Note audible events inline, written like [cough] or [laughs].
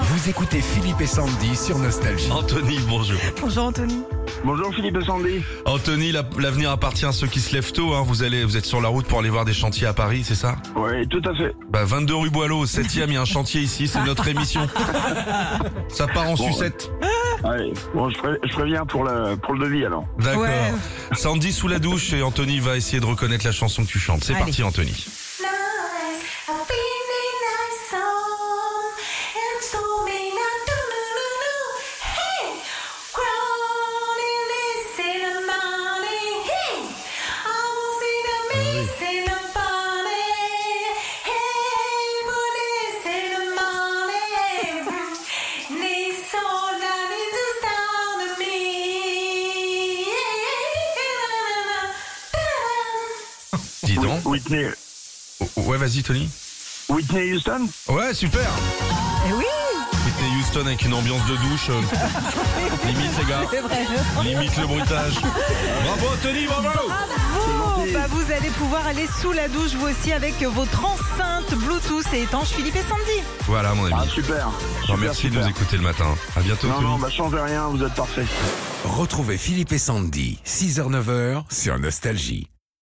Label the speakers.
Speaker 1: Vous écoutez Philippe et Sandy sur Nostalgie.
Speaker 2: Anthony, bonjour.
Speaker 3: Bonjour Anthony.
Speaker 4: Bonjour Philippe Sandy.
Speaker 2: Anthony, la- l'avenir appartient à ceux qui se lèvent tôt. Hein. Vous allez, vous êtes sur la route pour aller voir des chantiers à Paris, c'est ça
Speaker 4: Oui, tout à fait.
Speaker 2: Bah, 22 rue Boileau, 7ème, il y a un chantier ici, c'est notre émission. Ça part en
Speaker 4: Bon,
Speaker 2: sucette.
Speaker 4: Allez, bon, je, pré- je préviens pour, la, pour le devis alors.
Speaker 2: D'accord.
Speaker 3: Ouais.
Speaker 2: Sandy sous la douche et Anthony va essayer de reconnaître la chanson que tu chantes. C'est
Speaker 3: Allez.
Speaker 2: parti, Anthony.
Speaker 5: nice. I've been in that song and so may not do no no no. Hey, grown in this in the morning. Hey, I was in a mess in the morning. Hey, what is in the morning? Need so that it is down to me. Yeah.
Speaker 2: Dis donc.
Speaker 4: Whitney,
Speaker 2: Ouais, vas-y, Tony.
Speaker 4: Whitney Houston
Speaker 2: Ouais, super.
Speaker 3: Eh oui,
Speaker 2: Whitney Houston avec une ambiance de douche.
Speaker 3: [laughs]
Speaker 2: euh, limite, les gars.
Speaker 3: c'est vrai.
Speaker 2: Limite le bruitage. Bravo, Anthony, bravo.
Speaker 3: Bravo Bah, Vous allez pouvoir aller sous la douche vous aussi avec votre enceinte Bluetooth et étanche Philippe et Sandy.
Speaker 2: Voilà, mon ami.
Speaker 4: Ah, super.
Speaker 2: Bon,
Speaker 4: super
Speaker 2: merci de
Speaker 4: super.
Speaker 2: nous écouter le matin. À bientôt.
Speaker 4: Non,
Speaker 2: Tony.
Speaker 4: non, bah changez rien, vous êtes parfait.
Speaker 1: Retrouvez Philippe et Sandy, 6h-9h sur Nostalgie.